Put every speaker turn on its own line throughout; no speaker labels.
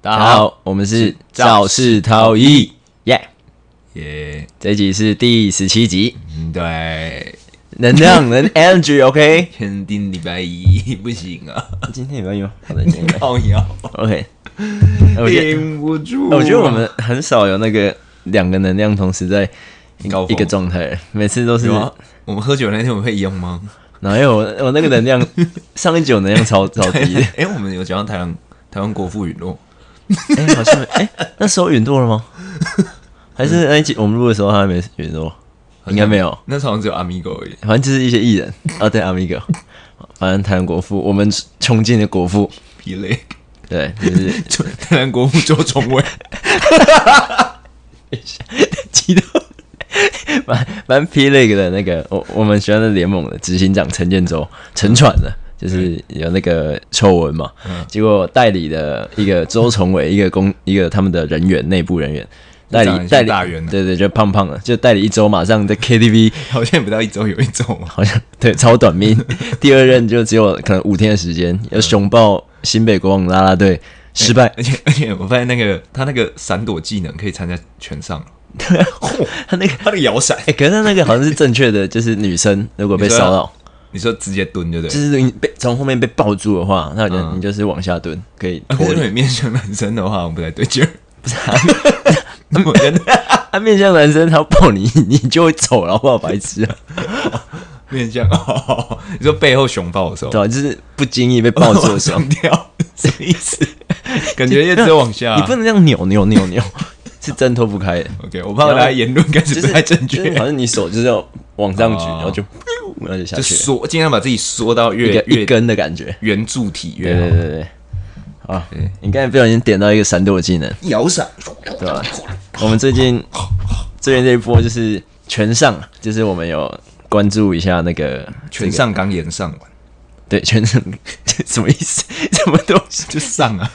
大
大
家
家
好，
好，我们是
肇
肇事逃逸，耶！
耶、
这一集是第十七 集，
嗯对，
能量能 energy，OK？、
肯定礼拜一不行啊，
今天有没有？好的，今天有没有
靠腰，
OK。我哎觉得，哎
顶不住、啊
我觉得我们很少有那个两个能量同时在一
高峰
一个状态，每次都是。
有啊，我们喝酒那天我们会一样 吗？
然后因为我我那个能 量，上一集我能量超超低的，
哎、我们有讲到台湾台湾国父陨落，
哎、好像哎、那时候陨落了吗？还是那一集我们录的时候他还没陨落？应该没有。
那时候好像只有阿米狗而已。
反正就是一些艺人啊，对阿米哥，反正台湾国父，我们穷尽的国父，
疲累，
对，就是
就台湾国父周崇伟，
激动， 蛮蛮 P League 的那个，我我们学校的联盟的执行长陈建州沉船了。就是有那个丑闻嘛，
嗯
结果代理的一个周崇伟，一个公一个他们的人员内部人员代
长得
理
像
代理
大圆啊
对对，就胖胖的，就代理一周，马上在 KTV
好像也不到一周有一周嘛。
好像对超短 命。第二任就只有可能五天的时间，要熊抱新北国王啦啦队失败。
而且而且我发现那个他那个闪躲技能可以参加全 上，
啊他那个
他的摇闪，
哎、可是他那个好像是正确 的，就是女生如果被骚扰，
你说直接蹲对不对？
就是你被从后面被抱住的话，那你就、
嗯
你就是往下蹲，可以
啊可
脱
是如
离。
果你面向男生的话，我们不太对劲儿。 不是、啊，我 觉得
他、面向男生，他抱你， 你就会走了，好不好？白痴 啊，
面向 哦，你说背后熊抱的时候，
对吧、啊就是不经意被抱住 的时候，
上吊，什么意思？感觉也只有往下。
你不能这样扭扭扭 扭，是挣脱不开的。
OK，我怕大家言论开始
就
不
是
太正
就是
确
好，像你手就是要往上举，
哦
然后就，然后就下
就
去了，
缩，尽量把自己缩到
一
越
个一
越
根的感觉。
圆柱体
对
越
对
好。
对对，啊，你刚才不小心点到一个闪躲技能，
摇闪，
对吧？我们最近最近这一波就是全上，就是我们有关注一下那个
全
这个
上刚沿上完
对全上 什么意思？ 什么东西？
就上啊，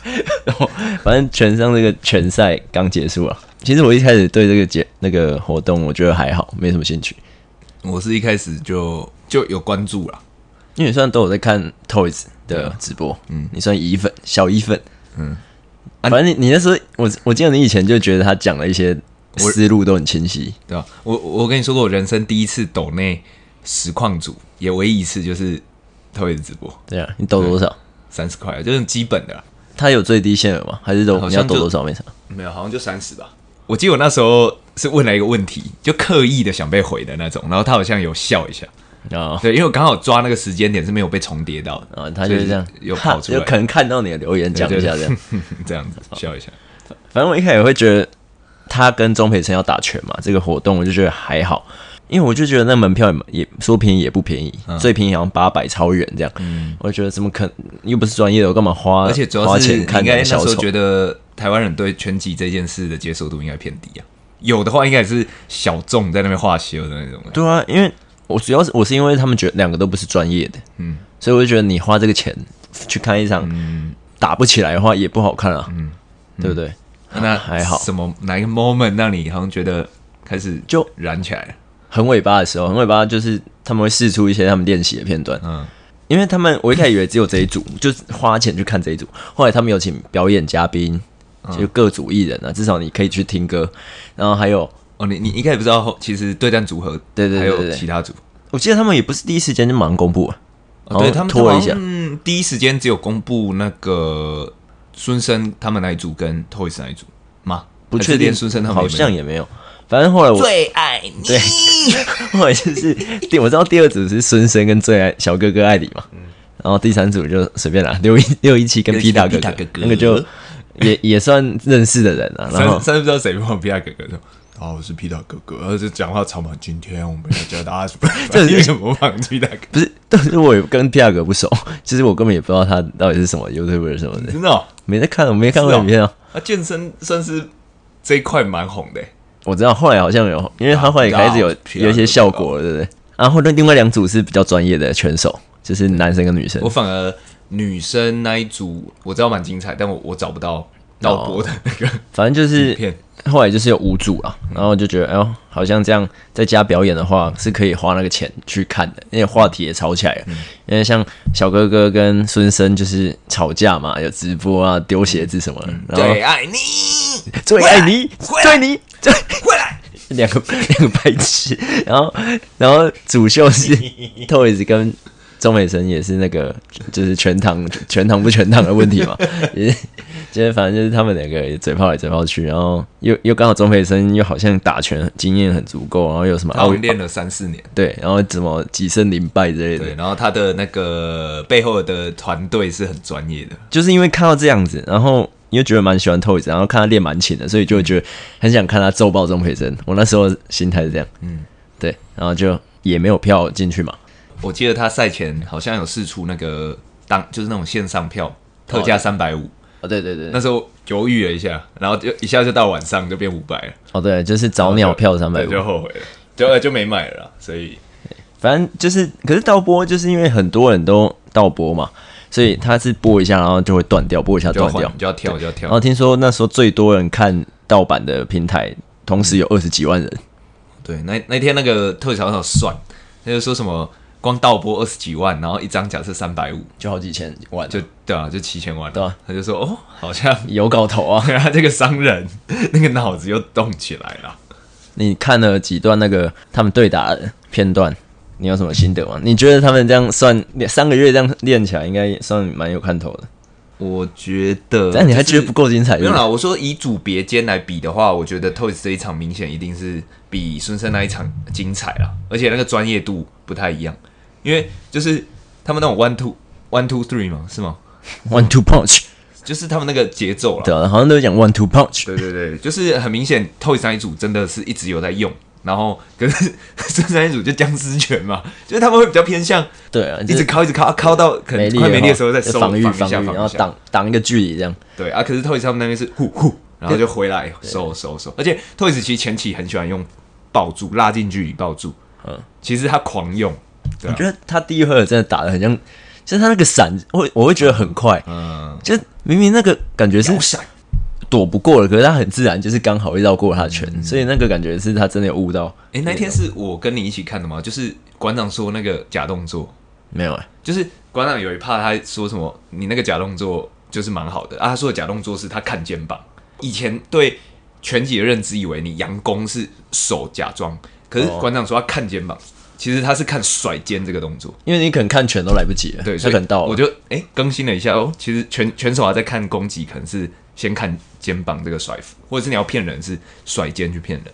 然后反正全上这个拳赛刚结束啊。其实我一开始对这个节那个活动，我觉得还好，没什么兴趣，
我是一开始就就有关注啦，
因为你算都有在看 Toys 的直播，嗯，你算乙粉小乙粉，
嗯
嗯，反正你你那时候，我我记得你以前就觉得他讲了一些
我
思路都很清晰，
对吧？我我我跟你说过，我人生第一次抖内实况组，也唯一一次就是特一直直播
对啊，你抖多少？
三十块，就是基本的啦，
他有最低限额吗？还是都
好
你要
像
抖
就
多少没啥？
没有，好像就三十吧。我记得我那时候是问了一个问题，就刻意的想被回的那种，然后他好像有笑一下，
啊
对，因为我刚好抓那个时间点是没有被重叠到的，
啊，他就是这样
所以，有
哈
跑 出来
有可能看到你的留言讲一下这样。
这样子笑一下。
反正我一开始会觉得他跟钟培生要打拳嘛，这个活动我就觉得还好，因为我就觉得那门票也也说便宜也不便宜，
嗯
最便宜好像八百超远这样，我就觉得怎么可能又不是专业的，我干嘛花
而且主要
花
是你
钱看
应
那
该
个
那时
小
候
丑？
觉得台湾人对拳击这件事的接受度应该偏低啊，有的话应该也是小众在那边画邪恶的那种。
对啊，因为我主要是我是因为他们觉得两个都不是专业的，
嗯
所以我就觉得你花这个钱去看一场
嗯，
打不起来的话也不好看啊，对不对？
那
还好
什么哪一个 moment 让你好像觉得开始
就
燃起来了？
很尾巴的时候，很尾巴就是他们会试出一些他们练习的片段，
嗯，
因为他们我一开始以为只有这一组，就是花钱去看这一组，后来他们有请表演嘉宾，
嗯
就各组艺人啊，至少你可以去听歌，然后还有
哦，你你一开始不知道后，其实对战组合
对对对
还
对
有
对
其他组，
我记得他们也不是第一时间就马上公布啊，
哦、对
然后
他们
拖一下，
嗯，第一时间只有公布那个孙生他们那一组跟 Toys 那一组吗？
不
还是
确定
连孙生他们
好
有没有
像也没有，反正后来我
最爱你，
对， 后来就是第我知道第二组是孙生跟最爱小哥哥艾里嘛，然后第三组就随便啦，六一 六一七跟
嗯六一七
皮塔哥
跟
哥
皮塔哥哥
那个就也 也算认识的人啊，然后
上上次不知道谁碰皮塔哥哥说。哦，我是皮塔哥哥，然后就讲话超满。今天我们要教大家什么？
这 是
什么模仿皮塔哥？
不是，但是我也跟皮亚哥不熟， 其实我根本也不知道他到底是什么 YouTuber 什么的，
真的、哦，
没在看，我没看过影片啊。
啊，健身算是这一块蛮红的欸。
我知道后来好像有，因为他后来开始有
啊皮亚哥
有一些效果了，对不对？然后另外两组是比较专业的拳手，就是男生跟女生
我。反而女生那一组我知道蛮精彩，但我我找不到导播的那个
反正就
影
是
片，嗯
后来就是有五组啊，然后就觉得，哎呦，好像这样在家表演的话是可以花那个钱去看的，因为话题也吵起来了。
嗯
因为像小哥哥跟孙生就是吵架嘛，有直播啊，丢鞋子什么的，然后
嗯对，啊爱你，
最爱你，
回来
最你， 最
回来，
两个 两个白痴，然后然后主秀是 Toys 跟钟美神也是那个就是全糖全糖不全糖的问题嘛，也是就是反正就是他们两个也嘴炮来嘴炮去，然后又又刚好钟美生又好像打拳经验很足够，然后有什么
他
奥
们练了三四年。
对，然后怎么几胜零败之类的
对，，然后他的那个背后的团队是很专业的，
就是因为看到这样子，然后又觉得蛮喜欢 Toys，然后看他练蛮勤的，所以就觉得很想看他揍爆钟培生。我那时候心态是这样，嗯，对，然后就也没有票进去嘛，
我记得他赛前好像有试出那个当就是那种线上票，特价三百五。
哦，对对对，
那时候犹豫了一下，然后就一下就到晚上就变五百了，
哦对，就是早鸟票三百
对
五，
就后悔了，就就没买了啦。所以
反正就是，可是倒播就是因为很多人都倒播嘛，所以他是播一下，然后就会断掉，播一下
就要
断
换
掉，，
就要跳，就要
然
跳。
后听说那时候最多人看盗版的平台，同时有
嗯
二十几万人，
对，那那天那个特小小算，他就说什么光倒播二十几万，然后一张假设三百五，
就好几千万，
就对啊，就七千万。
对啊，
他就说哦，好像
有搞头啊！
他这个商人 那个脑子又动起来了。
你看了几段那个他们对打的片段，你有什么心得吗？你觉得他们这样算三个月这样练起来，应该算蛮有看头的。
我觉得，
但你还觉得不够精彩？
呃没有
是
啦，我说以组别间来比的话，我觉得 Toys 这一场明显一定是比孙生那一场精彩啦，而且那个专业度不太一样，因为就是他们那种 one two one two three 嘛，是吗？
不是 one two punch，
就是他们那个节奏
对
啦。
啊，好像都讲 one two punch，
对对对，就是很明显，Toys 那一组真的是一直有在用，然后可是 孙生那一组就僵尸拳嘛，就是他们会比较偏向
对啊，
一直敲一直敲，敲到可
没
能
力
快没力的
话
时候再收
防御
一下，
防御，
一
然后
下
挡挡一个距离这样。
对啊，可是 Toys 他们那边是呼呼，然后就回来收收收，而且 Toys 其实前期很喜欢用抱住拉近距离抱住，
嗯
嗯，其实他狂用，对
我
啊，
觉得他第一回合真的打的很像，就是他那个闪，我我会觉得很快，
嗯，
就明明那个感觉是
摇闪，
躲不过了，可是他很自然就是刚好会绕过他的
嗯
拳，所以那个感觉是他真的有悟到。
哎，那天是我跟你一起看的吗？就是馆长说那个假动作，
没有哎、
就是馆长有一趴他说什么，你那个假动作就是蛮好的啊，他说的假动作是他看肩膀，以前对拳击的认知以为你佯攻是手假装，可是
哦
馆长说他看肩膀，其实他是看甩肩这个动作。
因为你可能看拳都来不及了，
对，
他哦
所以
可能到了
我就哎、更新了一下哦。其实拳拳手还在看攻击，可能是先看肩膀这个甩幅，或者是你要骗人是甩肩去骗人，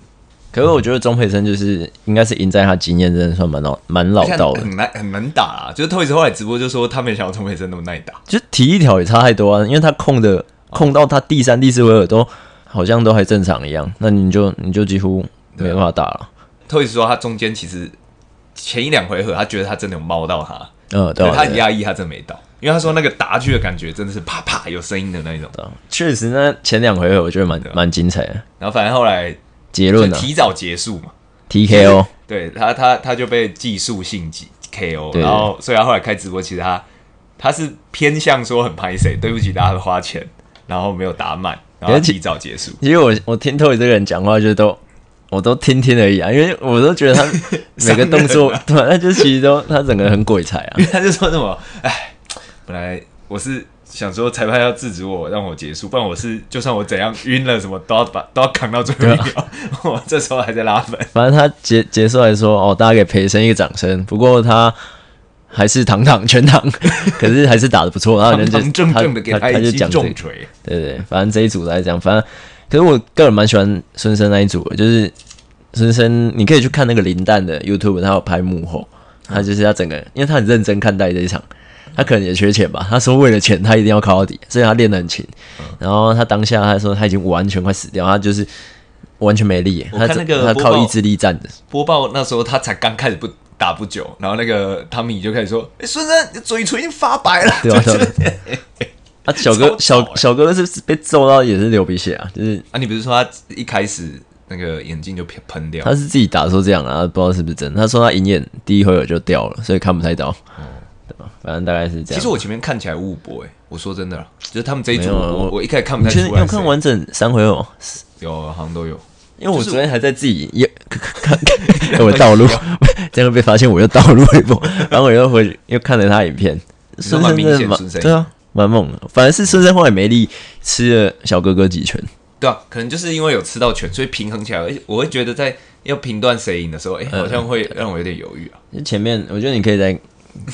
可是我觉得钟培生就是应该是赢在他经验真的算蛮老蛮老
现在
道的，
很难很难打啊。就是 Toys 后来直播就说他没想到钟培生那么耐打，
就是体力条也差太多啊，因为他控的控到他第三、第四回合都好像都还正常一样，那你就你就几乎没办法打了，
Toys 说他中间其实前一两回合他觉得他真的有猫到他，
嗯，对
可
吧、
是他
对
很压抑，他真的没到，因为他说那个打下去的感觉真的是啪啪有声音的那一种。
啊确实，那前两回合我觉得蛮蛮精彩的，
然后反正后来
结
就
论呢、啊、
提早结束嘛，
，TKO
对他，他他就被技术性击 KO，
对
然后所以他后来开直播，其实他他是偏向说很拍谁，对不起大家花钱，然后没有打满，然后
而且
提早结束，
其实我我听透宇这个人讲话，就都我都听听而已啊，因为我都觉得 他每个动作， 对啊，他就其实都他整个很鬼才啊
因。为他就说什么，哎，本来我是想说裁判要制止我，让我结束，不然我是就算我怎样晕了什么，都要把都要扛到最后一
啊
秒，我这时候还在拉分，
反正他结结束来说，哦，大家给裴生一个掌声。不过他还是堂堂 全堂，可是还是打得不错。然后
堂
啊人家就
堂正正的给
他他
一
就
记
讲这个
重锤，
对对，反正这一组来讲，反正可是我个人蛮喜欢孙生那一组的，就是孙生，你可以去看那个林丹的 YouTube，他有拍幕后，他就是他整个人，因为他很认真看待这一场，他可能也缺钱吧，他说为了钱他一定要靠到底，所以他练得很勤。然后他当下他说他已经完全快死掉，他就是完全没力耶，
我
他
看那
整
个
他
播
靠
报
意志力站的。
播报那时候他才刚开始不打不久，然后那个汤米就开始说：“哎、孙生，你嘴唇已经发白了。”
对啊对啊
就是
啊，小哥
超
小
屌欸
小哥是被揍到也是流鼻血啊，就是
啊，你不是说他一开始那个眼镜就喷喷掉
他？是自己打说这样啊，不知道是不是真的。他说他银眼第一回合就掉了，所以看不太到。对吧？反正大概是这
其
样。
实我前面看起来误博哎，我说真的啦，就是他们这一
没
组
有啊
我，我
我
一开始看不
你
太
确定
出来
要
是
看
谁。
完整三回哦？
有，啊好像都有。
因为我
就是
昨天还在自己也看看我道路，这样会被发现我又道路一波，然后我又回去又看了他的影片，
知道
孙
蛮
生
明显
真的蛮
孙生
对啊，蛮猛的。反而是孙生后来没力吃了小哥哥几拳，
对啊，可能就是因为有吃到拳，所以平衡起来，而且我会觉得在要评断谁赢的时候，哎、
嗯
好像会让我有点犹豫啊。
就前面我觉得你可以再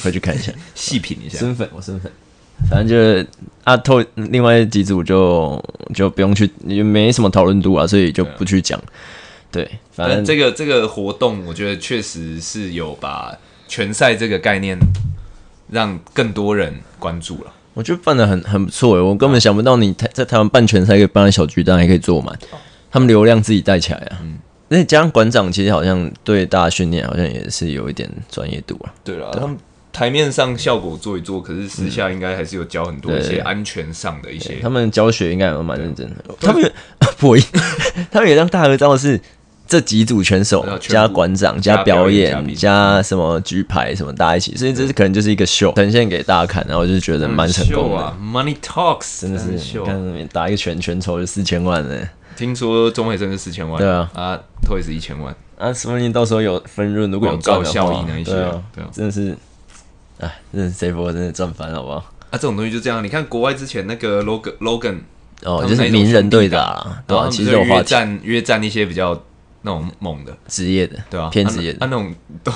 回去看一下
细品一下，
孙粉，我孙粉。反正就是啊，透另外几组就就不用去，也没什么讨论度啊，所以就不去讲。对，反
啊但
正
这个这个活动，我觉得确实是有把拳赛这个概念让更多人关注了。
我觉得办的很很不错诶，欸我根本想不到你台在台湾办拳赛可以办到小巨蛋，还可以坐满，
哦
他们流量自己带起来啊。
嗯
那加上馆长其实好像对大家训练好像也是有一点专业度啊。
对了，他们台面上效果做一做，可是私下应该还是有教很多一
对
些
对
安全上的一些
他们教学应该也蛮认真的，他们有 博弈，他们也让大合照的是这几组选手
对啊全部
加馆长
加
加表
表演
演
加
加什么举牌什么大家一起，所以这是可能就是一个秀呈现给大家看，然后我就觉得蛮成功
秀
的，
啊，Money Talks
真的
很
是
秀啊
你
哎
看那边打一个拳全筹就四千万呢、
听说钟伟生是四千万，
对啊
啊，Toys 一千万，
啊，说不定到时候有分润，如果有赚的
广告效
话
益那一些
对
啊
啊，
对啊
真的是，哎，真的是这一波真的赚翻了，好不好？
啊，这种东西就这样。你看国外之前那个 Logan Logan，
哦
他，们
就
那种
是名人
兄弟
对
感
打啦，
然后他
对吧？
们
其
不
实
是
有
约
花钱，
战约战一些比较那种猛的，
职业的，
对吧？
偏职业
啊
的。
那那种 都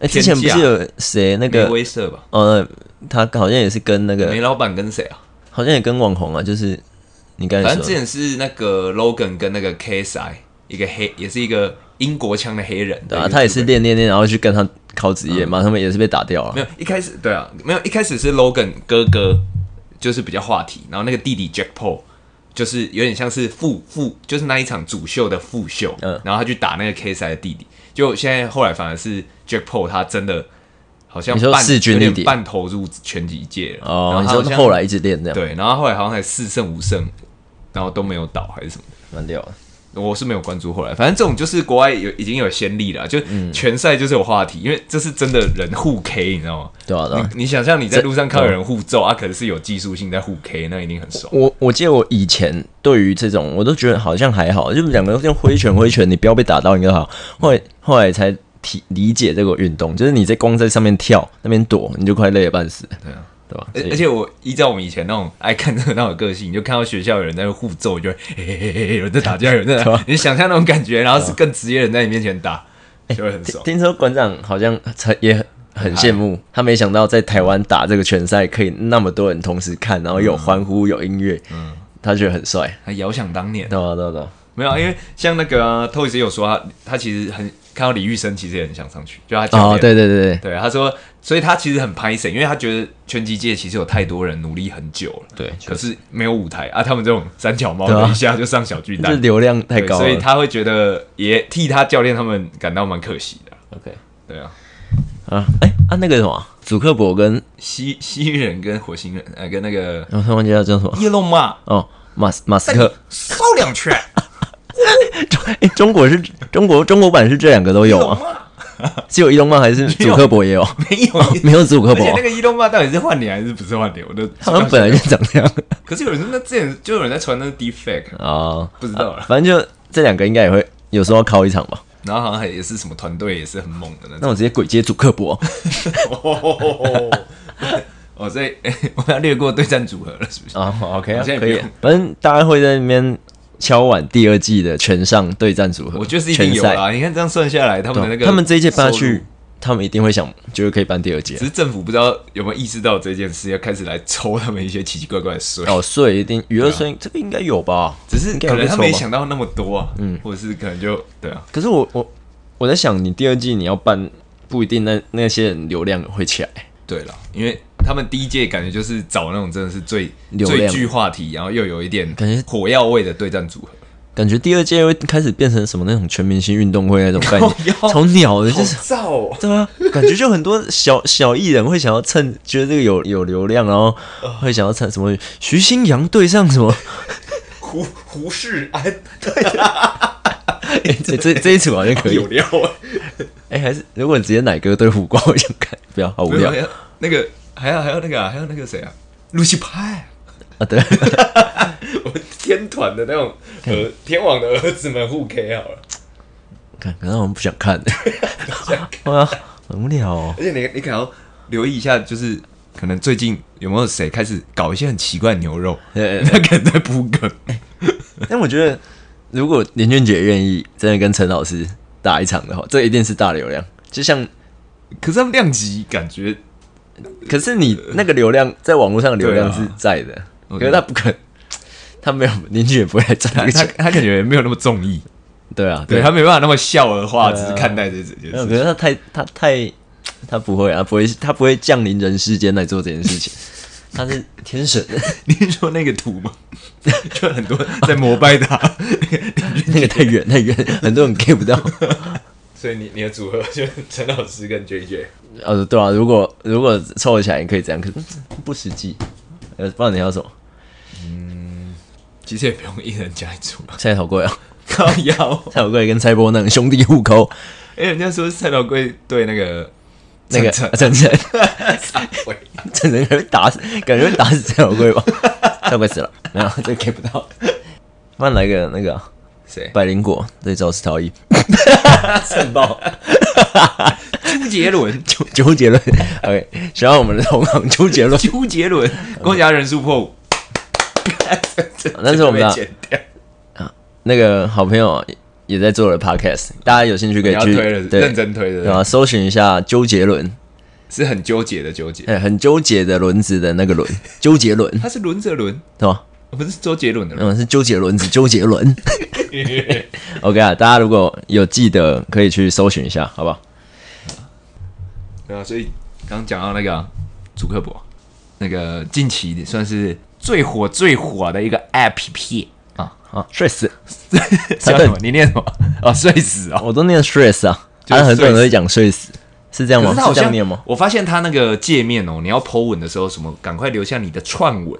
哎，之前不
天
是
价
有谁
梅
那个
威瑟吧？
呃，他好像也是跟那
梅
个，
老板跟谁啊？
好像也跟网红啊，就是你刚才
反正之
说
前
的，
是那个 Logan 跟那个 KSI，一个黑，也是一个英国腔的黑人，
对啊，他也是。练练练，然后去跟他考职业嘛，他们也是被打掉
嗯没
了。
有一开始对啊，没有一开始是 Logan 哥哥，就是比较话题，然后那个弟弟 Jack Paul 就是有点像是副副，就是那一场主秀的副秀，
嗯
然后他去打那个 K 赛的弟弟，就现在后来反而是 Jack Paul 他真的好像
你说
半
势均
有
力
点
敌
半投入拳击界了，
哦，
然
你
后
说
他好像
后来一直练这样，
对，然后后来好像还四胜五胜，然后都没有倒还是什么的。
蛮屌的。
我是没有关注后来，反正这种就是国外有已经有先例了，就
嗯
拳赛就是有话题，因为这是真的人互 K，你知道吗？
对啊，对啊。
你你想象你在路上看到有人互
嗯
揍啊，可能是有技术性在互 K，那一定很爽。
我我记得我以前对于这种，我都觉得好像还好，就是两个用挥拳挥拳，你不要被打到应该好。后来后来才体理解这个运动，就是你在光在上面跳那边躲，你就快累得半死，
对啊，
对吧？
而
所以
而且我依照我们以前那种爱看热闹的个性，你就看到学校有人在那互揍，你就会嘿嘿嘿嘿，有人在打架，有人在
啊
打，你想象那种感觉，然后是跟职业人在你面前打，就会很
听
爽。
听说馆长好像才也很很羡慕，他没想到在台湾打这个拳赛可以那么多人同时看，然后有欢呼有音乐，嗯，他觉得很帅，
还遥哎想当年，
对啊对啊对啊，
没有啊，因为像那个啊 Toys 也有说他，他其实很看到李玉生，其实也很想上去，就他教练。
哦对对对对
对，他说，所以他其实很拍谁，因为他觉得拳击界其实有太多人努力很久了，
对
可是没有舞台啊。他们这种三脚猫
对
的
啊
一下就上小巨
这
蛋，
流量太
对，
高了，
所以他会觉得也替他教练他们感到蛮可惜的。
OK
对啊，
啊，哎、啊那个什么，祖克伯跟
蜥蜥蜴人跟火星人，呃，跟那个
我突然忘记他叫什么。
叶龙马
哦，马斯马斯 克，
烧两拳，
中、诶中国是中国中国版是这两个都有吗？只有伊隆吗？ 还是祖克伯也有？
没有，
哦没有祖克
而
伯
且，那个伊隆马到底是换脸还是不是换脸？我都
他们本来就长这 样
可是有人那之前就有人在传那是 defect，
啊。
不知道了。
反正就这两个应该也会有时候要靠一场吧。
然后好像还也是什么团队也是很猛的那种。
那我直接鬼接祖克伯，
哦， 哦，所以、 我们要略过对战组合了，是不是？
啊，OK
好像也
可
不
以
用，
反正大家会在那边敲碗第二季的全上对战组合，
我觉得是一定有
全赛啊
啦。你看这样算下来，他们的那个
他们这一届搬下
收入
去，，他们一定会想，就是可以办第二届啊
只。是政府不知道有没有意识到这件事，要开始来抽他们一些奇奇怪怪的税。
哦，税一定娱乐税这个应该有吧？
啊只是
应该
可
有
能
被
他
抽
没
吧
想到那么多啊，嗯，或者是可能就对啊，
可是我我我在想，你第二季你要办，不一定那那些人流量会起来。
对了，因为他们第一届感觉就是找那种真的是最
流量
最具话题，然后又有一点
感觉
火药味的对战组合。
感觉第二届会开始变成什么那种全明星运动会那种 概
靠腰
念，超鸟的，就是
燥哦！
对啊，感觉就很多小小艺人会想要趁觉得这个有有流量，然后会想要趁什么徐新阳对上什 么，
胡胡适安
欸这这这一组好像可以
有，料啊！
哎、还是如果直接奶哥对胡瓜，我想看，不要好无聊
没有。没有那个还有还有那个、啊、还有那个谁啊，路西派、
啊，对，
我们天团的那种儿天网的儿子们互 K 好了。
看，可能我们不想看，哇，很无聊哦。
而且你你可能要留意一下，就是可能最近有没有谁开始搞一些很奇怪的牛肉，
对
那可能在铺梗。
但我觉得，如果林俊杰愿意真的跟陈老师打一场的话，这一定是大流量。就像，
可是他们量级感觉，
可是你那个流量在网络上的流量
对
是
啊
在的，
我
可是他不可能， 他没有林俊杰不会来赚那
他
个
他
钱。
他感觉没有那么中意，
对啊，
对
啊
他没办法那么笑而化
对啊
之看待这这件
没有，
事情。
可是他太他太他不会啊，他不会他不会降临人世间来做这件 事情，他是天神，
你是说那个图吗？ 就很多 在膜拜他，
那个太远太远， 很多人 get 不到。
所以你你的组合就是陈老师跟 J J。
哦，对啊，如果如果凑起来也可以这样，可是不实际。呃，不然你要什么？
其实也不用一人加一组 了，
蔡小贵啊，
靠腰。
蔡小贵跟蔡波那兄弟互抠，
哎、人家说赛老贵对那个
那个
陈
陈晨，
陈伟
陈晨感觉打死，感觉会打死蔡小贵吧？蔡小贵死了，没有，这个 get 不到。不然来个那个啊
谁？
百灵果，这招是 逃逸，肾爆。
朱杰伦，，
周周杰伦 ，OK，喜欢我们的同行周杰 伦
朱杰伦，
嗯
恭喜他人数 破五。
那是我们的
这个被剪掉。
那个好朋友也在做了 podcast，大家有兴趣可
你
以
要
去
推了，
对
认真推
对
的，
啊，搜寻一下周杰伦，
是很纠结的纠结。
哎，很纠结的轮子的那个轮，周杰伦，
他是轮着轮，
对吧？
不是周杰伦的轮。
嗯，是纠结轮子，周杰 伦。OK 啊，大家如果有记得，可以去搜寻一下，好不好？嗯
对啊，所以刚刚讲到那个啊主克伯，那个近期算是最火最火的一个 APP 啊，
啊，stress，
叫什么？你念什么？哦，睡死哦。
我都念 stress 啊，
就是
啊，很多人都会讲 stress，是这样
可
吗？
是他好
哦是这样
像
念吗？？
我发现他那个界面哦，你要 Po 文的时候，什么赶快留下你的串文，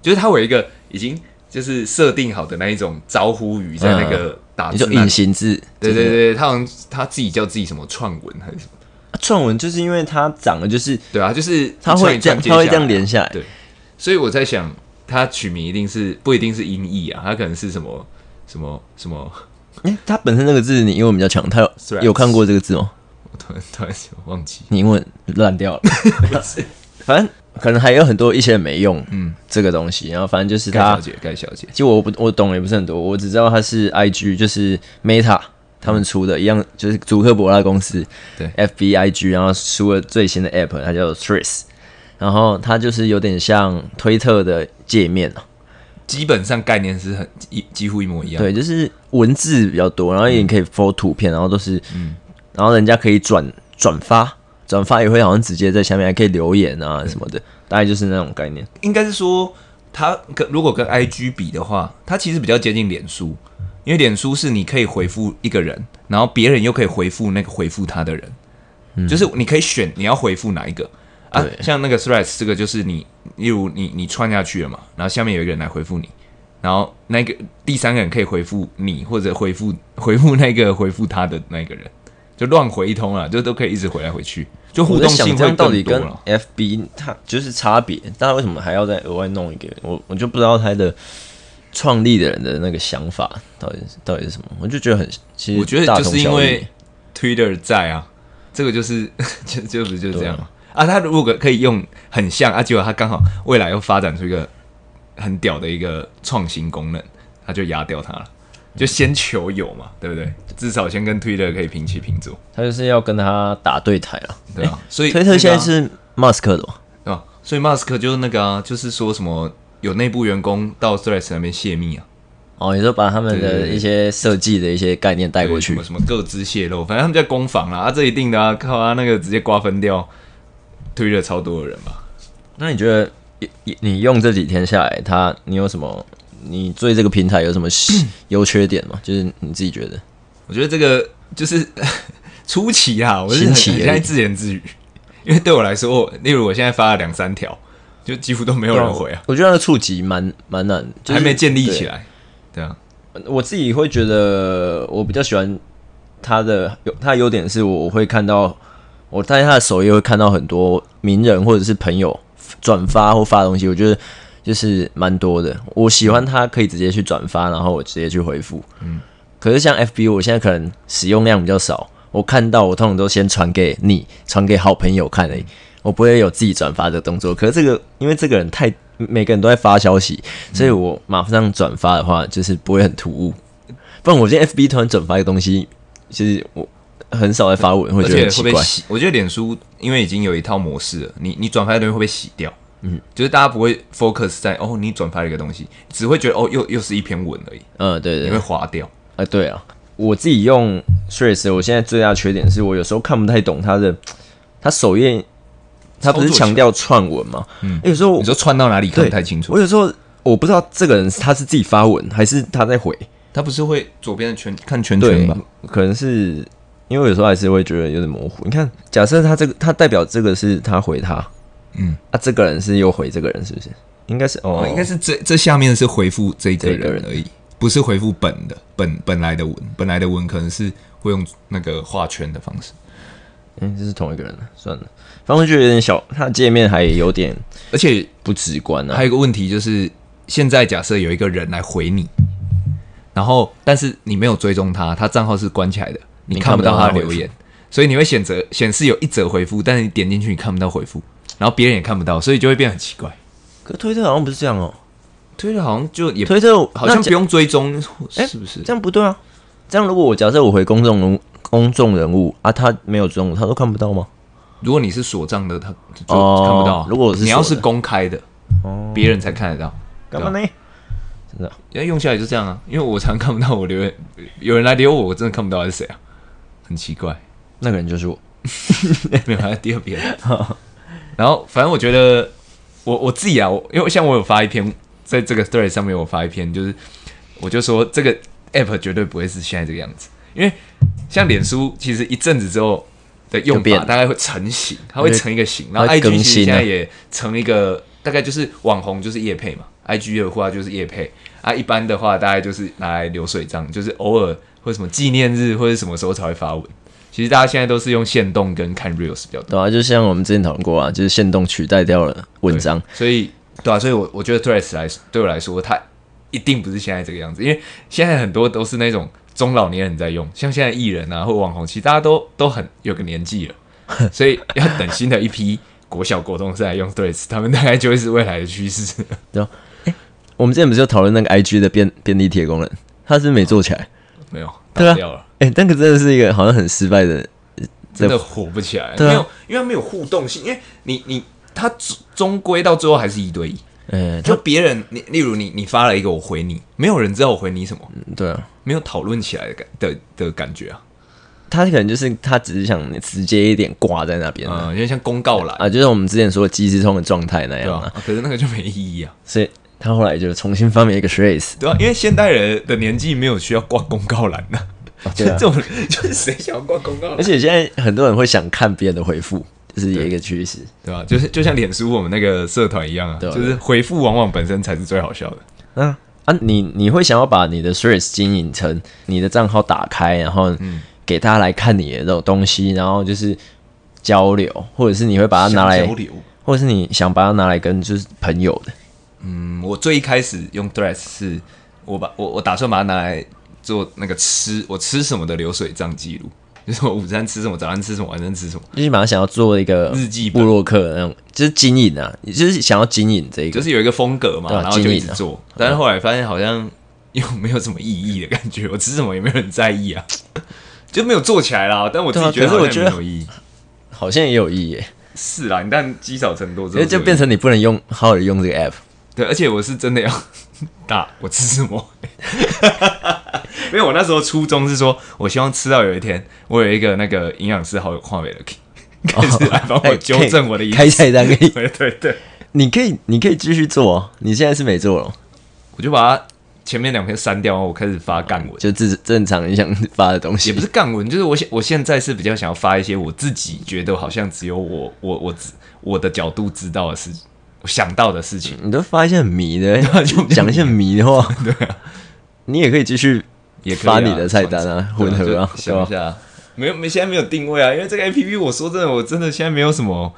就是它有一个已经就是设定好的那一种招呼语在那个打
嗯你
字
说
那里、
隐形字，
对
就是
对对，他好像他自己叫自己什么串文还是什么？
啊创文就是因为它长得就是
对啊，就是
它会这样，它
他
会这样连下来。
对所以我在想，他取名一定是不一定是音译啊，他可能是什么什么什么，
诶它本身那个字你英文比较强，它有
虽然
有看过这个字吗？
我突然突然忘记，
你英文烂掉了，
不是
反正可能还有很多一些人没用，嗯
嗯，
这个东西。然后反正就是
盖小
它，
姐，盖小姐，
其实我不我懂也不是很多，我只知道它是 IG，就是 Meta 他们出的，一样就是祖克伯拉公司
对
FBIG，然后出了最新的 App，它叫 Threads，然后它就是有点像推特的界面啊，
基本上概念是很一几乎一模一样。
对，就是文字比较多，然后也可以 f o 图片，然后都是，然后人家可以转转发，转发也会好像直接在下面还可以留言啊什么的，大概就是那种概念。
应该是说，它跟如果跟 IG 比的话，它其实比较接近脸书，因为脸书是你可以回复一个人，然后别人又可以回复那个回复他的人，就是你可以选你要回复哪一个啊
对。
像那个 Threads 这个就是你，例如你你穿下去了嘛，然后下面有一个人来回复你。然后那个第三个人可以回复你，或者回复 回复那个回复他的那个人，就乱回一通啊，就都可以一直回来回去，就互
我
动
在想
性
这
会
样到底
更多
跟
了。
FB 它就是差别，大家为什么还要再额外弄一个？我我就不知道它的创立的人的那个想法到底是到底是什么，我就觉得很其实
我觉得
大
就
同
是因
小异
为 Twitter 在啊，这个就是 就就不就是这样嘛啊。他如果可以用很像啊，结果他刚好未来又发展出一个很屌的一个创新功能，他就压掉它了。
嗯
就先求有嘛，对不对？至少先跟 Twitter 可以平起平坐，
它就是要跟他打对台了。
对吧？所以
推哎特现在
那个啊
是 Musk 的哦嘛，
对吧？所以 Musk 就是那个啊，就是说什么有内部员工到 Threads 那边泄密啊，
哦，你说把他们
对对
的
对
一些设计的一些概念带过
对
去
什么，什么各自泄露，反正他们在攻防啦，啊，这一定的啊，靠啊，那个直接瓜分掉推了超多的人吧。
那你觉得你你你用这几天下来，它你有什么？你对这个平台有什么 优缺点吗？就是你自己觉得
我觉得这个就是 初期啊，我是
新
很
奇而已
现在自言自语，因为对我来说，例如我现在发了两三条，就几乎都没有人回啊，
我觉得那个触及蛮蛮难，就是、
还没建立起来。对啊，
对。我自己会觉得我比较喜欢它的有它的优点是我我会看到我在他的首页会看到很多名人或者是朋友转发或发东西，我觉得就是蛮多的。我喜欢他可以直接去转发，然后我直接去回复。嗯，可是像 FB，我现在可能使用量比较少，我看到我通常都先传给你，传给好朋友看
嗯
而已，我不会有自己转发的动作。可是这个因为这个人太每个人都在发消息，
嗯
所以我马上转发的话，就是不会很突兀。不然我今天 FB 突然转发一个东西，其实我很少在发文，会
而
觉
且
得很
会
奇
被
怪。
洗。我觉得脸书因为已经有一套模式了，你你转发的东西会被洗掉。嗯，就是大家不会 focus 在哦，你转发了一个东西，只会觉得哦，又又是一篇文而已，
嗯，对对
你
对
会，划掉。
啊，对啊，我自己用 Threads，我现在最大的缺点是我有时候看不太懂它的，它首页，它不
操
是
作
强调串文嘛？嗯，有时候
你说串到哪里看
对
不太清楚
我，有时候我不知道这个人是他是自己发文还是他在回，
它不是会左边的圈看圈圈
对
吧？，
可能是因为有时候还是会觉得有点模糊。你看，假设他这个，他代表这个是他回他，
嗯，
啊，这个人是又回这个人，是不是？应该是哦
哦，，应该是这这下面是回复这个
这个
人
人
而已，不是回复本的本本来的文，本来的文可能是会用那个画圈的方式。
嗯，这是同一个人了，算了，反正我觉得有点小，他界面还有点
而且
不直观啊
还。有一个问题就是，现在假设有一个人来回你，然后但是你没有追踪他，他账号是关起来的，你看
看
不
不到
到他的
他
留
回复
言，所以你会选择显示有一则回复，但是你点进去你看不到回复，然后别人也看不到，所以就会变得很奇怪。
可推特好像不是这样哦，
推特好像就也
推特
好像
那
不
假
用追踪，是不是？
这样不对啊。这样如果我假设我回公众人物公众人物啊，他没有追踪我，他都看不到吗？
如果你是锁账的，他就
哦
看不到啊。
如果我是
你要
锁
是
的哦
公开的，别人才看得到。
干嘛呢？真的，
因为用下来就这样啊，因为我常看不到我留言，有人来留我，我真的看不到他是谁啊，很奇 怪。
那个人就是我。
没有，还有第二 篇。然后反正我觉得我我自己啊，我因为像我有发一篇在这个 story 上面，我发一篇就是我就说这个 app 绝对不会是现在这个样子，因为像脸书其实一阵子之后的用
就变
法
了
大概会成型，它会成一个型，
它
然后
会
IG
更
其实
新啊
现在也成一个大概就是网红就是业配嘛，IG 的话就是业配啊，一般的话大概就是拿来流水账，就是偶尔或者什么纪念日或者什么时候才会发文。其实大家现在都是用线动跟看 reels 比较多。
对啊，就像我们之前讨论过啊，就是限动取代掉了文章。
所以对啊，所以我我觉得 Threads 来对我来说，它一定不是现在这个样子，因为现在很多都是那种中老年人在用，像现在艺人啊或网红，其实大家都都很有个年纪 了，所以要等新的一批国小国中生来用 Threads，他们大概就会是未来的趋势。
我们之前不是有讨论那个 IG 的便便利贴功能，它是没做起来。
没有，
对啊
打掉了，
哎、那个真的是一个好像很失败的，
真的火不起来，
对啊
没有，因为它没有互动性，因为你你它终终归到最后还是一对一。
嗯、
就别人，你例如你，你发了一个我回你，没有人知道我回你什么，
对啊，
没有讨论起来的感的的感觉啊。
他可能就是他只是想直接一点挂在那边啊
嗯，有点像公告栏，
啊，就像我们之前说的即时通的状态那
对
样
吧、
啊，
啊？可是那个就没意义啊，
所以他后来就重新发明一个 phrase，
对吧、啊因为现代人的年纪没有需要挂公告栏呐、就
对啊 哎
这种就是谁想要挂公告
而
栏，
且现在很多人会想看别人的回复，就是有一个趋势。
对吧、就是就像脸书我们那个社团一样啊，
对啊
就是回复往往本身才是最好笑的。
啊啊，你你会想要把你的 Threads 经营成你的账号打开，然后给大家来看你的这种东西，然后就是交流，或者是你会把它拿来
想交，流。
或者是你想把它拿来跟就是朋友的。
嗯，我最一开始用 Threads 是我把我我打算把它拿来做那个吃我吃什么的流水账记录，就是我午餐吃什么，早餐吃什么，晚上吃什么，
就是马上想要做一个
日记本
部落客那种，就是经营啊，就是想要经营这一个，
就是有一个风格嘛，
对啊
然后就一直
经营啊
做，但是后来发现好像又没有什么意义的感觉，我吃什么也没有人在意啊， 就没有做起来啦。但我自己觉
对啊
得
可
好像也
是我觉
没
得
有意义，
好像也有意义耶，
是啦，你但积少成多之
因
后是
为
有
就
意义，
变成你不能用好好的用这个 app，
对，而且我是真的要 打我吃什么， 因为我那时候初衷是说，我希望吃到有一天我有一个那个营养师好友跨美的 k 开始来帮我
哎
纠
可以
正我的饮
开菜单可以，
对对对，
你可以你可以继续做哦，你现在是没做了，
我就把它前面两篇删掉，然后我开始发干文。
就自正常你想发的东西，
也不是杠文，就是我现我现在是比较想要发一些我自己觉得好像只有我我我只我的角度知道的事，我想到的事情。
你都发一些很迷 的，
就比较
讲一些很迷的 话，对啊，你也可以继续
也可以啊
发你的菜单啊，
算
混
是
合
对
啊，对
吧就想一
吧？
下，没有没现在没有定位啊，因为这个 A P P 我说真的，我真的现在没有什么，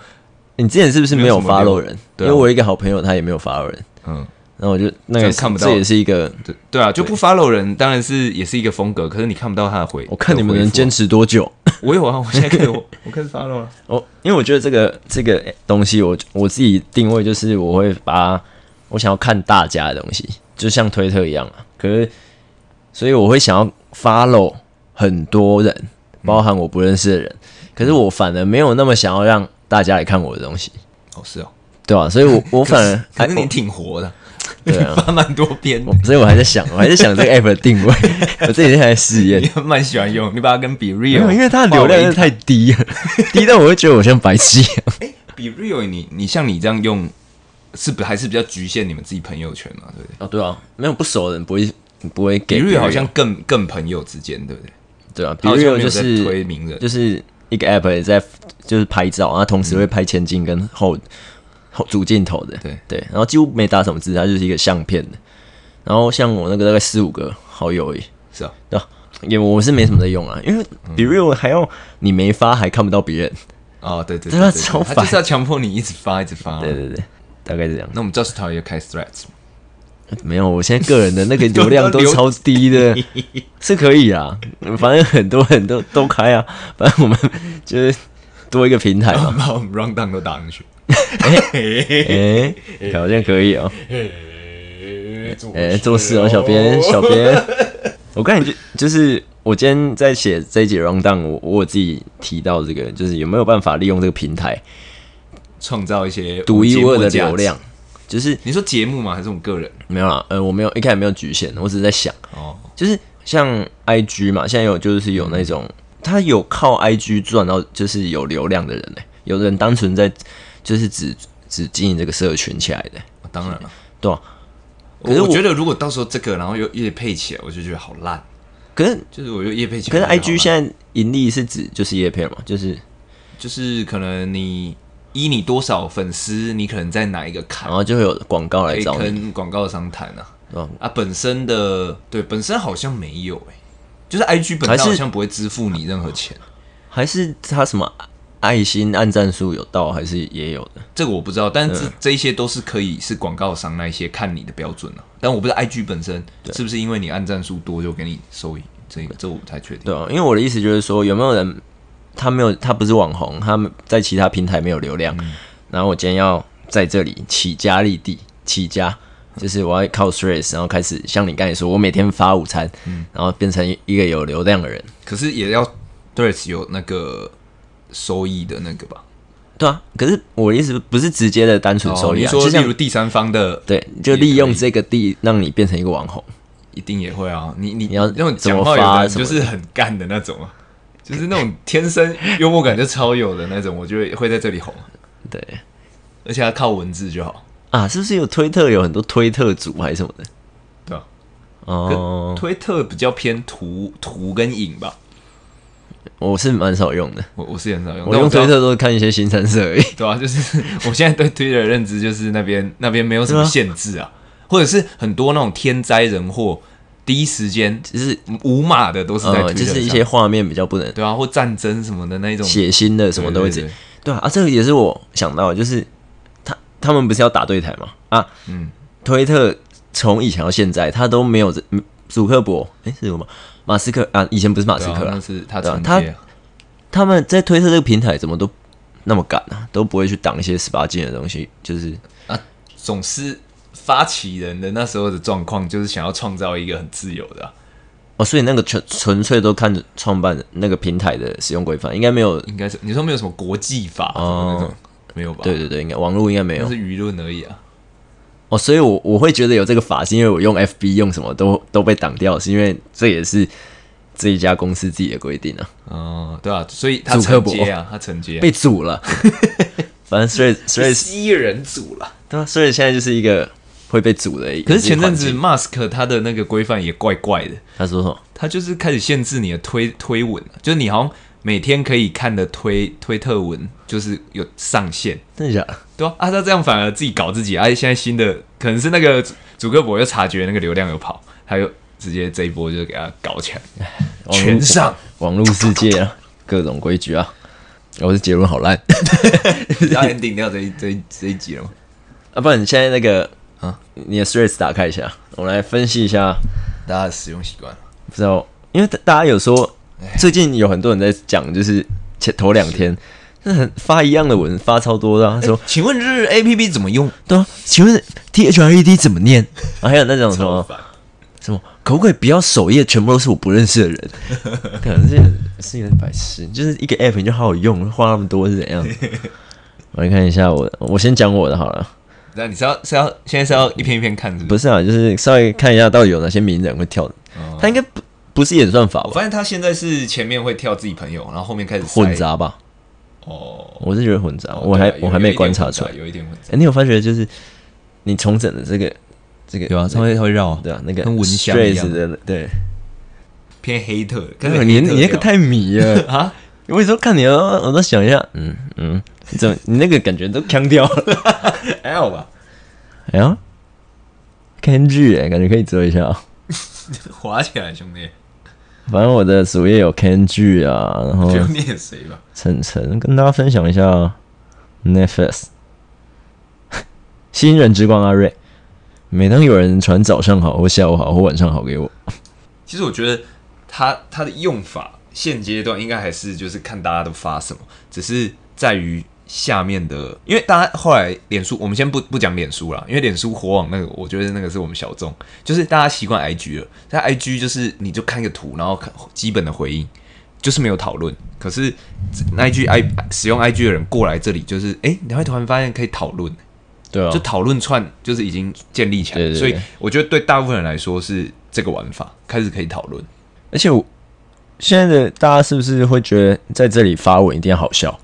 你之前是不是没有
没有什么
follow
留
人？因
对啊
为我有一个好朋友他也没有 follow 人，
嗯，
然后我就那个
这看不到
这也是一个，
对对啊，就不 follow 人当然是也是一个风格，可是你看不到他的回，
我看你们能坚
持，
持多久。
我有啊，我现在 可以我我开始 follow 了，
哦，因为我觉得这个这个东西我，我自己定位就是我会把我想要看大家的东西，就像推特一样啊。可是，所以我会想要 follow 很多人，
嗯
包含我不认识的人。可是我反而没有那么想要让大家来看我的东西，
哦是哦，
对吧、所 以我我反而
还是你挺活的，
哦对啊
发蛮多篇的
我，所以我还在想，我还在 想这个 app 的定位， 我这几天还在试验
你。蛮喜欢用，你把它跟 Be
没
Real，
有，因为它的流量真的太低了， 低到我会觉得我像白痴一样。
Be Real，你你像你这样用，是不还是比较局限你们自己朋友圈嘛，对不对
哦，对啊，没有不熟的人不会不会给
？Be
别
Real
人
好像更更朋友之间，对不对？
对啊
它好像
，BeReal
没
就
有在推
是
名人，
就是一个 app 也在就是拍照，然后同时会拍前镜跟后后主镜头的，
嗯对
对，然后几乎没打什么字，它就是一个相片的。然后像我那个大概四五个好友而已，
是啊，
对啊，也我是没什么在用啊，因为
嗯
BeReal 还要你没发还看不到别人，
哦对对
对
对
啊
对
超
对，
烦
他就是要强迫你一直发一直发，
对对对，大概是这样。
那我们 Just Talk 也开 Threads，
没有，我现在个人的那个流量都
都流
超低的，是可以啊，反正很多人都都开啊， 反正我们就是多一个平台 嘛。
把我们 Round Down 都打上去，
哎、好像可以哦、 哎、做事哦，
哦
小编，小编。我刚才就就是我今天在写这一节 round down，我我有自己提到这个，就是有没有办法利用这个平台
创造一些
独一无二的
节目价值
流量？。就是
你说节目吗？还是我们个人？
没有啦，呃，我没有一开始没有局限，我只是在想，
哦，
就是像 IG 嘛，现在有就是有那种他有靠 IG 赚到就是有流量的人呢、有的人单纯在就是只只经营这个社群起来的、
当然了。
对吧、可是
我
我
我觉得，如果到时候这个，然后又叶配起来，我就觉得好烂。
可是
就是我又叶配起
可
来
是
我就觉得好烂，
IG 现在盈利是指就是叶片嘛，就是
就是可能你依你多少粉丝，你可能在哪一个
然
坎，
后就会有广告
可
来
以
哦找你，哦
跟广告商谈啊。
对吧？
啊，本身的对本身好像没有哎、就是 IG 本
还
身
是
好像不会支付你任何钱，
还是他什么爱心按赞数有到，还是也有的？
这个我不知道，但
嗯
是这这一些都是可以是广告商那一些看你的标准啊。但我不知道 IG 本身是不是因为你按赞数多就给你收益，这个这我不太确定。
对啊，因为我的意思就是说，有没有人他没有他不是网红，他们在其他平台没有流量，
嗯
然后我今天要在这里起家立地，起家就是我要靠 stress，然后开始像你刚才说，我每天发午餐，
嗯
然后变成一个有流量的人。
可是也要 Threads 有那个收益的那个吧？
对啊，可是我的意思不是直接的单纯收益
哦你
啊，
说
就
例
像
如第三方的，
对，就
也可以
利用这个地让你变成一个网红。
一定也会啊。你你
你要
那种
怎
讲
么
话有
发
的人
什么
就是很干的那种啊，就是那种天生幽默感就超有的那种，我觉得会在这里红，
对
而且他靠文字就好，
啊，是不是有推特有很多推特组还是什么的？
对吧、啊？
哦，
推特比较偏图图跟影吧，
我是蛮少用的，
我我是很少用，
我
但
用
知道
推特都是看一些新三色而已。
对啊，就是 我现在对推特的认知就是那边那边没有什么
对啊
限制啊，或者是很多那种天灾人祸第一时间
就是
无码的都是在推
呃，
特
就
上，
是一些画面比较不能
对啊，或战争什么的那一种
血腥的，什么都会
对
这
对对
对啊啊，这个也是我想到的，就是他他们不是要打对台嘛啊，
嗯，
推特从以前到现在，他都没有这嗯祖克伯，诶，是什么马斯克啊？以前不是马斯
对啊
克
那
啦，
是他
对啊
承
他
接啊。
他们在推特这个平台怎么都那么敢啊，都不会去挡一些十八禁的东西，就是
啊，总是发起人的那时候的状况，就是想要创造一个很自由的啊、
哦，所以那个纯纯粹都看创办那个平台的使用规范，应该没有，
应该是你说没有什么国际法什么那种，没有吧？
对，对对，应该网络应该没
那
有
是舆论而已啊。
哦，所以我我会觉得有这个法，是因为我用 FB 用什么都都被挡掉，是因为这也是这一家公司自己的规定啊，
哦，对啊，所以他
祖克
承
伯
接啊，他承接啊、
被阻 了。反正所以所以
吸人组了。
对啊，所以现在就是一个会被阻的一。
可是前阵子
一个环境
Mask 他的那个规范也怪怪的，
他说什么？
他就是开始限制你的推推文啊，就是你好像每天可以看的推推特文就是有上限。
真的假的？
对啊，啊，他这样反而自己搞自己，而、且啊现在新的可能是那个主主克伯又察觉那个流量有 跑，他又直接这一波就给他搞起来，
网络
全上，
网络世界啊，各种规矩啊。我的结论好烂
要 ending 掉这一这一这一集了吗？
啊！不然你现在那个
啊
啊，你的 Threads 打开一下，我们来分析一下。
大家的使用习惯了，
不知道，因为大大家有说最近有很多人在讲，就是前头两天，那很发一样的文，发超多的啊、他说
请问这 A P P 怎么用？
对啊，请问 T H R E D 怎么 念？啊还有那种什
超
么
烦
什么，可不可以不要首页全部都是我不认识的人？ 可能这是有点白痴，就是一个 app 你就好好用，花那么多是怎 样？我来看一下我的，我先讲我的好了。
那你是要是要现在是要一篇一篇看是哦不
不
是？
是啊，就是稍微看一下到底有哪些名人会跳的，他应该不不是演算法
我
吧，
发现他现在是前面会跳自己朋友，然后后面开始塞
混杂吧？
哦。
我是觉得混杂，
哦
我还
对啊有
我还没观察
有一点混杂
出来。
有一点混杂
哎、。你有发觉就是你重整的这个这个
有啊，
那
他会他会绕，
对啊，那个
跟蚊香一
Straits
样，
的对，
偏黑特，
但
跟
是你你那个太迷 了啊！我有时候看你，我都想一下，嗯嗯，你怎么你那个感觉都腔 掉了？
还好啊吧？
哎呀，看剧哎，感觉可以做一下啊。
滑起来，兄弟，
反正我的主页有 Can 剧啊，然后
就念谁吧？
晨晨跟大家分享一下 Netflix 新人之光阿瑞。每当有人传早上好或下午好或晚上好给我，
其实我觉得它它的用法，现阶段应该还是就是看大家都发什么，只是在于下面的，因为大家后来脸书，我们先不不讲脸书啦，因为脸书火网那个，我觉得那个是我们小众，就是大家 习惯 IG 了，但 IG 就是你就看一个图，然后看基本的回应。就是没有讨论，可是 IG I 使用 IG 的人过来这里，就是哎、诶你会突然发现可以讨论，
对啊
就讨论串就是已经建立起来了，
对对
所以
对
我觉得对大部分人来说是这个玩法开始可以讨论。
而且我现在的大家是不是会觉得在这里发文一定要好笑？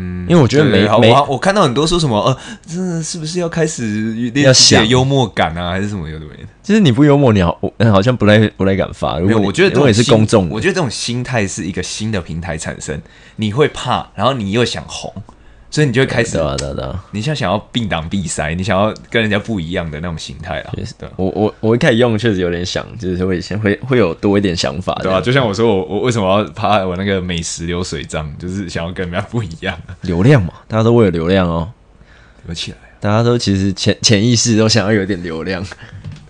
嗯，因为我觉得
对
没
好
没
我我看到很多说什么呃，这是不是要开始有点
要
自己的
想
幽默感啊，还是什么有的没的？
就是你不幽默，你好，我好像不太不太敢发。如
没
果
有，
你
我觉得这
如
种
果你是
心
公众的，
我觉得这种心态是一个新的平台产生，你会怕，然后你又想红，所以你就会开始
对，啊对啊对啊，
你像想要并挡闭塞，你想要跟人家不一样的那种心态啦，对啊。
我我我一开始用确实有点想，就是会先会会有多一点想法，
对啊，就像我说我，我为什么要拍我那个美食流水账，就是想要跟人家不一样，
流量嘛，大家都为了流量哦，
有起来。
大家都其实潜潜意识都想要有一点流量。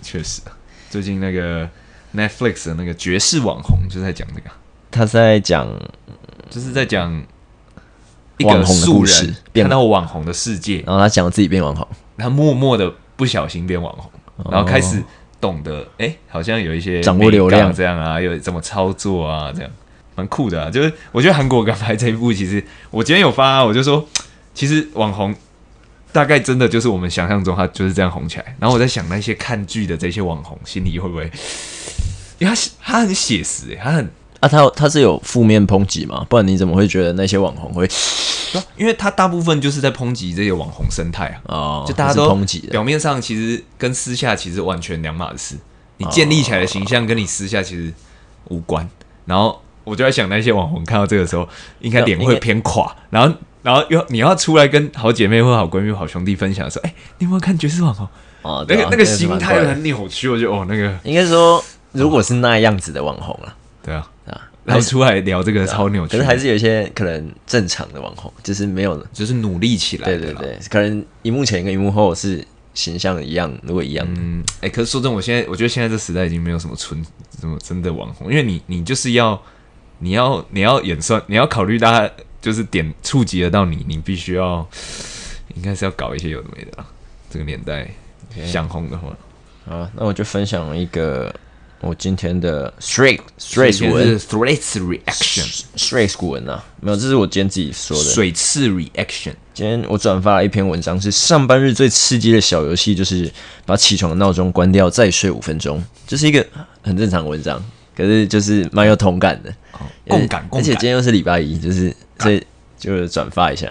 确实，最近那个 Netflix 的那个爵士网红就在讲这个，
他是在讲
就是在讲一
网
个
红的
素
故事
人
变
看到网红的世界，
然后他讲自己变网红，
他默默的不小心变网红，然后开始懂得哎、诶好像有一些
哦掌握流量
美感这样啊，有怎么操作啊，这样蛮酷的啊。就是我觉得韩国刚拍这一部，其实我今天有发、啊，我就说，其实网红。大概真的就是我们想象中，他就是这样红起来。然后我在想，那些看剧的这些网红心里会不会，因为他是他很写实、欸，他很
啊，他他是有负面抨击嘛？不然你怎么会觉得那些网红会
因为他大部分就是在抨击这些网红生态啊，
哦，
就大家
是
都
抨击的？
表面上其实跟私下其实完全两码子事。你
哦
建立起来的形象跟你私下其实无关。然后我就在想，那些网红看到这个时候，应该脸会偏垮。然后，然后又你要出来跟好姐妹或好闺蜜、好兄弟分享说：“哎、你有没有看爵士网红？”
哦，
那
对
个
啊
那个心态，
真的是蛮怪的
很扭曲。我觉得哦，那个
应该说，如果是那样子的网红啊，
对啊，
啊，
然后出来聊这个超扭曲，
可是还是有一些可能正常的网红，就是没有，
就是努力起来
对
的
对
啦
对，可能荧幕前跟荧幕后是形象一样，如果一样，
嗯，哎、可是说真的，我现在我觉得现在这时代已经没有什么纯什么真的网红，因为你你就是要你要你要演算，你要考虑大家就是点触及得到你，你必须要应该是要搞一些有的没的啦。这个年代想红的话，
啊，那我就分享一个我今天的 straight straight
就是
文
threats reaction
straight 文啊，没有，这是我今天自己说的，
水刺 reaction，
今天我转发了一篇文章，是上班日最刺激的小游戏，就是把起床的闹钟关掉，再睡五分钟，这是一个很正常的文章，可是就是蛮有同哦感的，
共感共
而且今
感。
天又是礼拜一，就是所以就转发一下。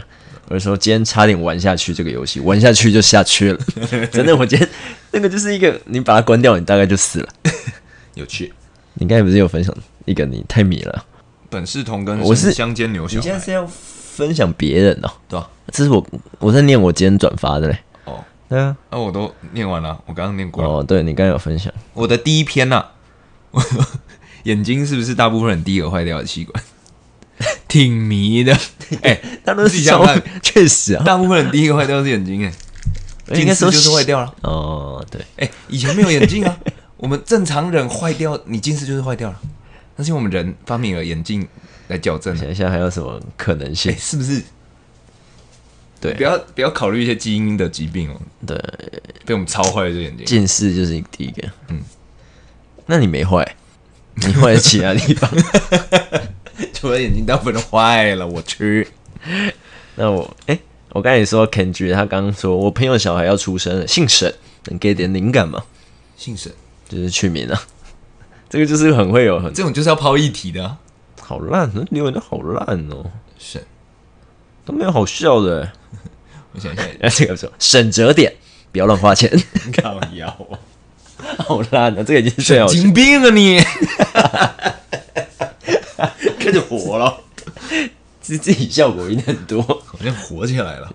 我就说今天差点玩下去这个游戏，玩下去就下去 了。真的，我今天那个就是一个，你把它关掉，你大概就死了。
有趣。
你刚才不是有分享一个你太迷了？
本是同根
我是
相煎牛小
你现在
孩，
是要分享别人哦？
对吧、
这是我我在念我今天转发的嘞。
哦，
对啊，
那、我都念完了，我刚刚念过了。
哦，对你刚才有分享。
我的 第一篇呐、啊，我眼睛是不是大部分人第一个坏掉的器官？ 挺迷的。 哎，
大陆
自
是
己想
小
想看，
确实 啊，
大部分人第一个坏掉是眼睛，哎，
应该 说
近视就是坏掉了。
哦，对，
哎，以前没有眼镜啊， 我们正常人坏掉，你近视就是坏掉了。那是因为我们人发明了眼镜来矫正的，啊
想一下还有什么可能 性
哎，？是不是？
对
不要不要考虑一些基因的疾病哦，
对，
被我们超坏了这眼睛。
近视就是第一个。
嗯
嗯，那你没坏，你坏在其他 地方。
除了眼睛，大部分都坏了。我去，
那我哎、我刚才也说 Kendry，他刚说我朋友小孩要出生了，姓沈，能给点灵感吗？
姓沈，
就是取名啊，这个就是很会有很
这种就是要抛议题的啊、
好烂，那留言都好烂哦，
沈，
都没有好笑的。欸
我想一下，
那这个说省折点，不要乱花钱，
靠腰啊，
好烂啊！这个已经是最好
神
笑
经病啊你！开始火了，
自自己效果一定很多，
好像火起来了。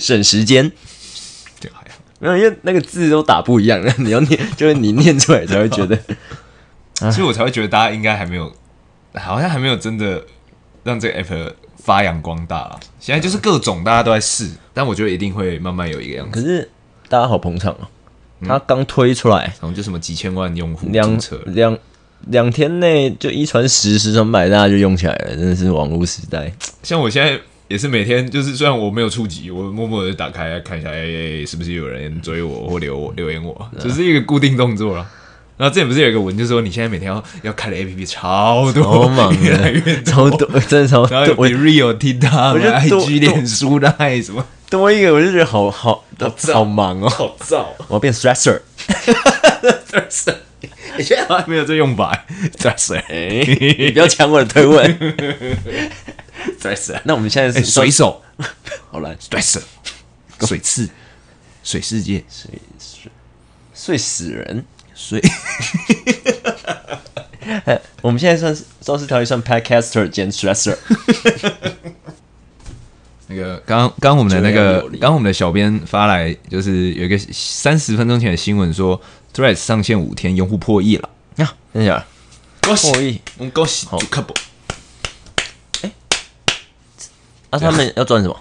省时间。
这个还好，
没有，因为那个字都打不一样， 你要念，就是你念出来才会觉 得。啊
所以我才会觉得大家应该还没有，好像还没有真的让这个 app 发扬光大了。现在就是各种大家都在试，但我觉得一定会慢慢有一个样子。
可是大家好捧场哦，他刚推出来，
然后就什么几千万用户注
两
册，
两两天内就一传十，十传百，大家就用起来了，真的是网络时 代。
像我现在也是每天，就是虽然我没有触及，我默默的打开来看一下，哎、哎是不是有人追我或留我留言
啊
我，只是一个固定动作了。然后之前不是有一个文，就说你现在每天要要开的 A P P 超多，
超忙的
越来越
超
多，
多，真的超
然后有
多，我
Real、TikTok、
我就
I
多
G、
多
脸书的爱什么，
多一个我就觉得好好 好忙哦，
好燥。
我要变 stresser。
你现在好像没有这用法，在谁？
哎，你不要抢我的推 问。stresser，那我们现在
哎，
是
水手、
好了，
水手、水刺、水世界、
睡睡睡死人。
水。
我们现在算是肇事条例算 podcaster 兼 stresser，
那个刚刚刚我们的那
就要
个
有力
刚刚我们的小编发来，就是有一个三十分钟前的新闻说，Threads 上线五天，用户破亿了。
呀，啊真的假的？
恭
破亿！
我们恭喜
好
主客博。
啊，他们要赚什么？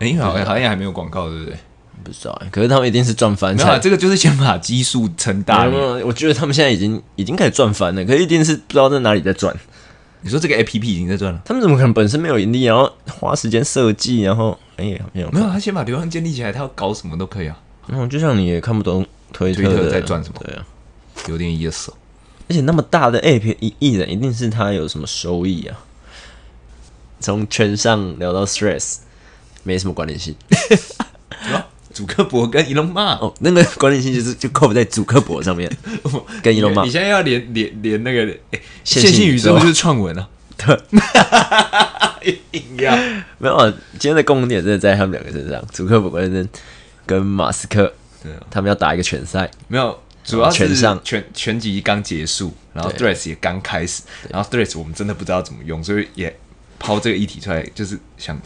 哎，好像好像还没有广告，对不对？
不知道欸，可是他们一定是赚翻
没有啊，
才。
这个就是先把基数撑大。
没
你
有没有我觉得他们现在已经已经开始赚翻了，可是一定是不知道在哪里在赚。
你说这个 A P P 已经在赚了？
他们怎么可能本身没有盈利，然后花时间设计，然后哎呀没有
没有，他先把流量建立起来，他要搞什么都可以啊，
嗯，就像你也看不懂推特
推特
的
在赚什么
对啊，
有点意思哦。
而且那么大的 app，一亿人一定是他有什么收益啊？从圈上聊到 stress，没什么关联性
主客博跟 Elon Musk，
哦，那个关联性就是就扣在主客博 上面，跟伊隆马
你现在要连连连那个哎
线
线
性
性
宇
宇宙
宙
就是创文啊，
对，
硬要
没有啊。今天的共同点真的在他们两个身上，主客博跟跟马斯克，
对啊。
他们要打一个拳赛，
没有，主要是
全上
全全集刚结束，然后
对
Threads 也刚开始，然后 Threads 我们真的不知道怎么用，所以也抛这个议题出来，就是想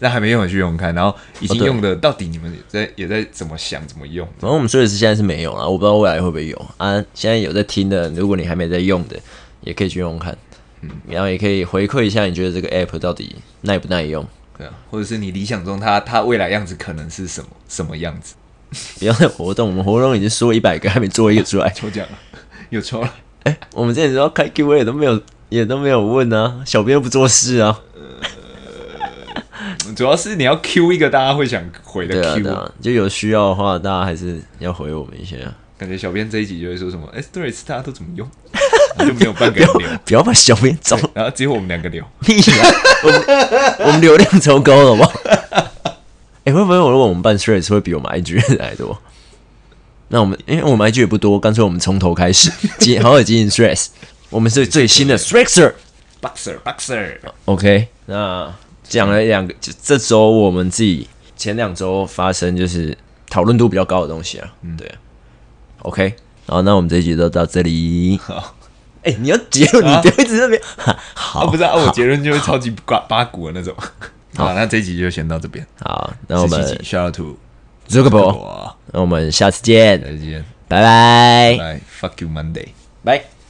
让还没用的去用看，然后已经
哦对
用的到底你们也在也在怎么想怎么用，
反正我们说的是现在是没有啦，我不知道未来会不会有啊。现在有在听的，如果你还没在用的，也可以去用用看，
嗯
然后也可以回馈一下，你觉得这个 app 到底耐不耐用？
对啊，或者是你理想中它它未来样子可能是什么什么样子，
不要再活动，我们活动已经说一百个，还没做一个出来。
抽奖了， 有抽了，
我们之前说要开 Q&A 也都没有，也都没有问啊，小编又不做事啊。
主要是你要 Q 一个大家会想回的
对啊，
Q，
对啊，就有需要的话，大家还是要回我们一些、啊，
感觉小编这一集就会说什么，哎，Threads 大家都怎么用， 然后就没有半个 人留，
不要把小编找
然后只有我们两个留，
屁啊！我们我们流量超高了，好不 好？哎、会不会我如果我们办 Threads 会比我们 IG 人还多？那我们因为我们 IG 也不多，干脆我们从头开始经好好经营 Threads，我们是最新的 Threadser。
boxer boxer。
哦 OK，那讲了两个，这这周我们自己前两周发生就是讨论度比较高的东西啊。嗯，对。OK，好，那我们这一集就到这里。
好，
哎、你要结论，
啊
你就一直在那边。哈好、
啊，不是啊，我结论就会超级八八股的那种。好，那这一集就先到这边。
好，那我们
需要 to
这个博。
我，
那我们下次见，
再见，
拜拜，哎
来 fuck you Monday。
拜。